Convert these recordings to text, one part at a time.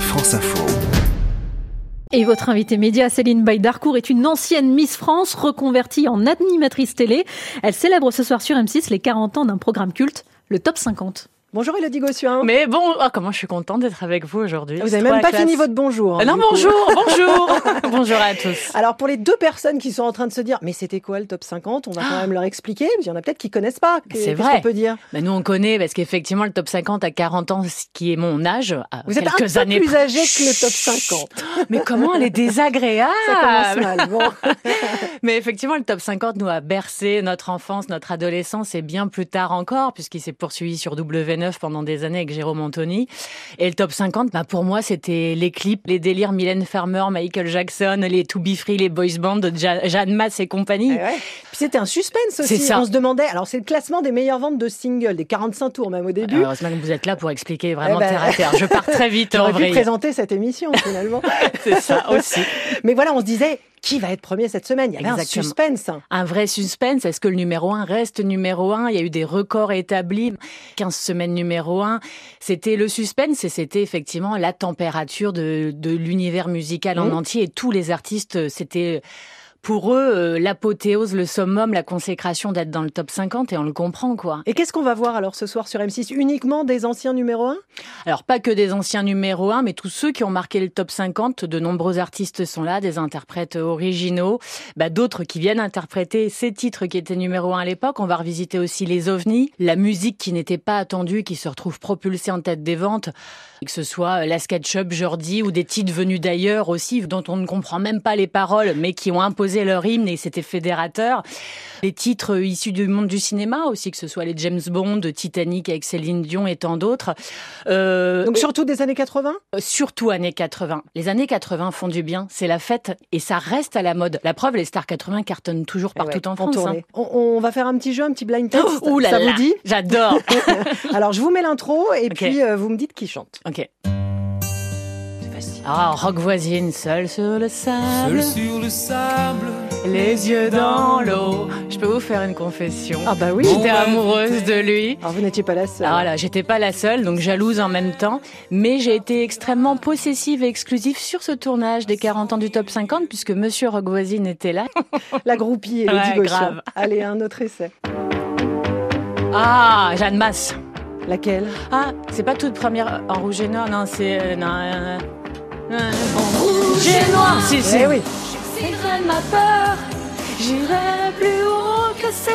Force Info. Et votre invitée média, Céline Baïdarcourt, est une ancienne Miss France reconvertie en animatrice télé. Elle célèbre ce soir sur M6 les 40 ans d'un programme culte, le Top 50. Bonjour Elodie Gossuin. Mais bon, ah, comment je suis contente d'être avec vous aujourd'hui. Vous n'avez même pas classe. fini votre bonjour. Hein, non, bonjour, bonjour. bonjour à tous. Alors pour les deux personnes qui sont en train de se dire, mais c'était quoi le top 50 On va quand même leur expliquer, parce qu'il y en a peut-être qui connaissent pas. C'est vrai. On peut dire. Bah, nous on connaît parce qu'effectivement le top 50 à 40 ans, ce qui est mon âge, à vous quelques êtes un peu années plus âgé que le top 50. mais comment elle est désagréable. Ça commence mal. Bon. mais effectivement le top 50 nous a bercé notre enfance, notre adolescence et bien plus tard encore, puisqu'il s'est poursuivi sur W9 pendant des années avec Jérôme Anthony. Et le top 50, bah pour moi, c'était les clips, les délires Mylène Farmer, Michael Jackson, les To Be Free, les boys band, ja Jeanne Masse et compagnie. Ah ouais. c'était un suspense aussi. Ça. On se demandait, alors c'est le classement des meilleures ventes de singles, des 45 tours même au début. Alors, Ah, que vous êtes là pour expliquer vraiment eh ben... terre à terre. Je pars très vite en vrai. Pu présenter cette émission finalement. c'est ça aussi. Mais voilà, on se disait, qui va être premier cette semaine Il y avait Exactement. un suspense. Un vrai suspense. Est-ce que le numéro 1 reste numéro 1 Il y a eu des records établis. 15 semaines numéro 1. C'était le suspense et c'était effectivement la température de, de l'univers musical en mmh. entier. Et tous les artistes, euh, c'était pour eux, euh, l'apothéose, le summum, la consécration d'être dans le top 50 et on le comprend quoi. Et qu'est-ce qu'on va voir alors ce soir sur M6 Uniquement des anciens numéro 1 Alors pas que des anciens numéro 1, mais tous ceux qui ont marqué le top 50. De nombreux artistes sont là, des interprètes originaux, bah, d'autres qui viennent interpréter ces titres qui étaient numéro 1 à l'époque. On va revisiter aussi les ovnis, la musique qui n'était pas attendue, qui se retrouve propulsée en tête des ventes, que ce soit euh, la SketchUp Jordi ou des titres venus d'ailleurs aussi, dont on ne comprend même pas les paroles, mais qui ont imposé leur hymne et c'était fédérateur. Les titres euh, issus du monde du cinéma aussi, que ce soit les James Bond, Titanic avec Céline Dion et tant d'autres. Euh, Donc surtout des années 80 Euh, Surtout années 80. Les années 80 font du bien, c'est la fête et ça reste à la mode. La preuve, les stars 80 cartonnent Eh toujours partout ouais, en France. Hein. On, on, va faire un petit jeu, un petit blind test. Oh, là ça là, vous dit J'adore Alors je vous mets l'intro et okay. puis euh, vous me dites qui chante. Ok. Ah, rock voisine, seul sur le sable. Seul sur le sable. Les yeux dans l'eau. Je peux vous faire une confession. Ah bah oui. J'étais amoureuse de lui. Alors vous n'étiez pas la seule. Ah voilà, j'étais pas la seule, donc jalouse en même temps. Mais j'ai été extrêmement possessive et exclusive sur ce tournage des 40 ans du top 50 puisque Monsieur Rock voisine était là. La groupie, Elodie ouais, grave. Allez, un autre essai. Ah, Jeanne Masse. Laquelle Ah, c'est pas toute première en rouge et noir, non, c'est... Euh, non, euh, Rouge et noir, si, si. Eh oui. J'irai ma peur, j'irai plus haut que ces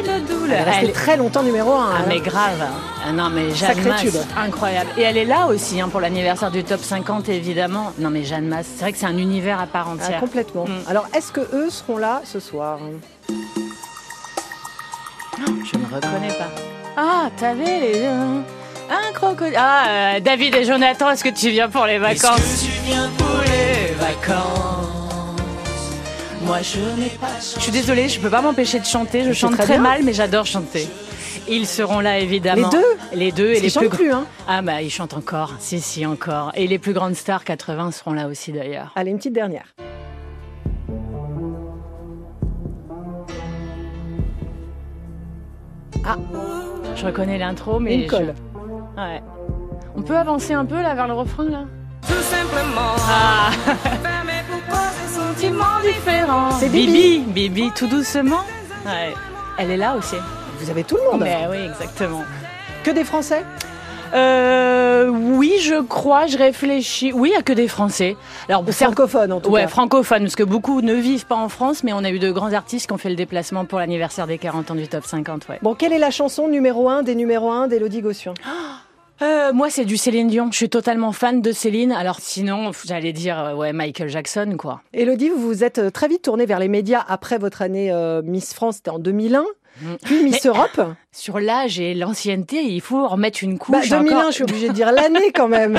montagnes de douleur. Elle est très longtemps numéro hein. 1. Ah, alors. mais grave. Ah, non, mais Jeanne Sacré Masse, tube. incroyable. Et elle est là aussi hein, pour l'anniversaire du top 50, évidemment. Non, mais Jeanne Masse, c'est vrai que c'est un univers à part entière. Ah, complètement. Mm. Alors, est-ce que eux seront là ce soir Je ne reconnais pas. Ah, t'avais les. Un crocodile. Ah, euh, David et Jonathan, est-ce que tu viens pour les vacances Est-ce que tu viens pour les vacances Moi, je n'ai pas. Je suis désolée, je peux pas m'empêcher de chanter. Je mais chante très, très mal, mais j'adore chanter. Ils seront là évidemment. Les deux Les deux et les ils plus, gr... plus hein. Ah bah ils chantent encore. Si si encore. Et les plus grandes stars 80 seront là aussi d'ailleurs. Allez, une petite dernière. Ah, je reconnais l'intro mais une colle. Je... Ouais. On peut avancer un peu là vers le refrain là Tout simplement. Ah. sentiments différents. C'est Bibi. Bibi, Bibi, tout doucement. Oh, bah. Ouais. Elle est là aussi. Vous avez tout le monde. Mais oui, exactement. Que des Français euh, oui, je crois, je réfléchis. Oui, il n'y a que des Français. Alors, francophones, en tout ouais, cas. Ouais, francophones, parce que beaucoup ne vivent pas en France, mais on a eu de grands artistes qui ont fait le déplacement pour l'anniversaire des 40 ans du top 50, ouais. Bon, quelle est la chanson numéro 1 des numéros 1 d'Elodie Gossuin euh, moi, c'est du Céline Dion. Je suis totalement fan de Céline. Alors, sinon, j'allais dire, euh, ouais, Michael Jackson, quoi. Elodie, vous vous êtes euh, très vite tournée vers les médias après votre année euh, Miss France, c'était en 2001. Mm. Puis Miss Mais, Europe. Sur l'âge et l'ancienneté, il faut remettre une couche. Bah, 2001, encore. je suis obligée de dire l'année quand même.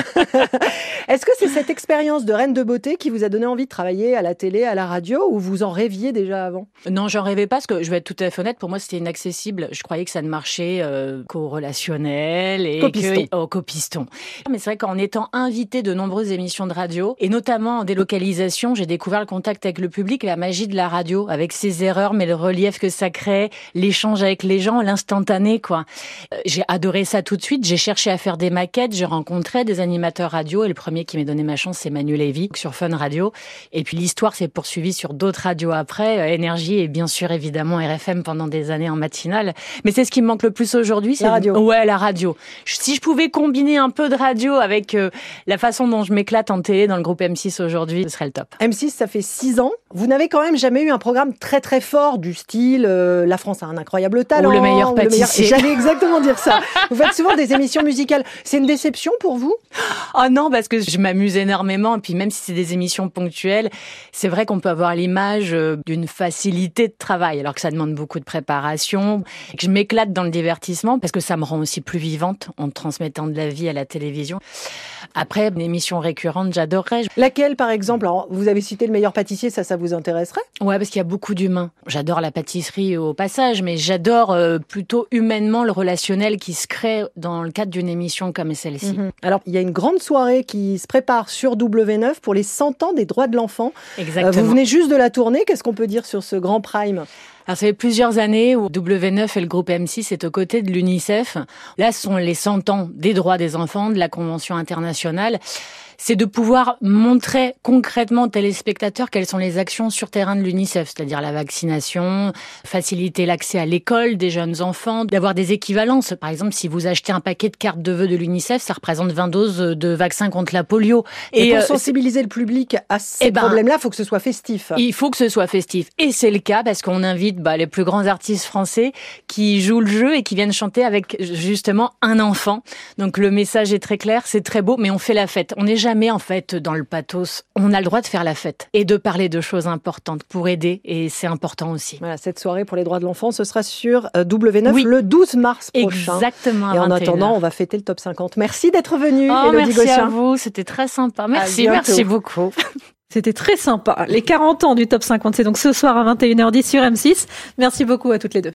Est-ce que c'est cette expérience de reine de beauté qui vous a donné envie de travailler à la télé, à la radio, ou vous en rêviez déjà avant Non, j'en rêvais pas parce que je vais être tout à fait honnête, pour moi c'était inaccessible. Je croyais que ça ne marchait euh, qu'au relationnel et qu'au piston. Que... Oh, qu piston. Mais c'est vrai qu'en étant invité de nombreuses émissions de radio, et notamment en délocalisation, j'ai découvert le contact avec le public et la magie de la radio, avec ses erreurs, mais le relief que ça crée, l'échange avec les gens, l'instantané, quoi. Euh, J'ai adoré ça tout de suite. J'ai cherché à faire des maquettes. J'ai rencontré des animateurs radio. Et le premier qui m'a donné ma chance, c'est Manu Lévy sur Fun Radio. Et puis l'histoire s'est poursuivie sur d'autres radios après, Euh, énergie et bien sûr évidemment RFM pendant des années en matinale. Mais c'est ce qui me manque le plus aujourd'hui, c'est La radio. Ouais, la radio. Je- Si je pouvais combiner un peu de radio avec euh, la façon dont je m'éclate en télé dans le groupe M6 aujourd'hui, ce serait le top. M6, ça fait six ans. Vous n'avez quand même jamais eu un programme très très fort du style euh, La France a un incroyable talent. le meilleur pâtissier. J'allais exactement dire ça. Vous faites souvent des émissions musicales. C'est une déception pour vous Oh non, parce que je m'amuse énormément. Et puis même si c'est des émissions ponctuelles, c'est vrai qu'on peut avoir l'image euh, d'une facilité de travail, alors que ça demande beaucoup de préparation. Et que je m'éclate dans le divertissement parce que ça me rend aussi plus vivante en transmettant de la vie à la télévision. Après, une émission récurrente, j'adorerais. Laquelle, par exemple Alors, vous avez cité le meilleur pâtissier, ça, ça vous intéresserait Ouais, parce qu'il y a beaucoup d'humains. J'adore la pâtisserie au passage, mais j'adore euh, plutôt humainement le relationnel qui se crée dans le cadre d'une émission comme celle-ci. Alors, il y a une grande soirée qui se prépare sur W9 pour les 100 ans des droits de l'enfant. Euh, Exactement. Vous venez juste de la tournée. Qu'est-ce qu'on peut dire sur ce grand prime Alors, ça fait plusieurs années où W9 et le groupe M6 est aux côtés de l'UNICEF. Là, ce sont les 100 ans des droits des enfants, de la Convention internationale. C'est de pouvoir montrer concrètement aux téléspectateurs quelles sont les actions sur terrain de l'UNICEF, c'est-à-dire la vaccination, faciliter l'accès à l'école des jeunes enfants, d'avoir des équivalences. Par exemple, si vous achetez un paquet de cartes de vœux de l'UNICEF, ça représente 20 doses de vaccins contre la polio. Et, pour euh, sensibiliser le public à ces Eh ben- problèmes-là, il faut que ce soit festif. il faut que ce soit festif. Et c'est le cas parce qu'on invite bah, les plus grands artistes français qui jouent le jeu et qui viennent chanter avec justement un enfant. Donc le message est très clair, c'est très beau, mais on fait la fête. On n'est jamais en fait dans le pathos. On a le droit de faire la fête et de parler de choses importantes pour aider et c'est important aussi. Voilà, cette soirée pour les droits de l'enfant, ce sera sur euh, W9 Oui. le 12 mars prochain. Exactement. à Et en 21h. attendant, on va fêter le top 50. Merci d'être venu, Oh, Élodie merci Gauchin. à vous, c'était très sympa. Merci, bientôt. merci beaucoup. C'était très sympa. Les 40 ans du top 50, c'est donc ce soir à 21h10 sur M6. Merci beaucoup à toutes les deux.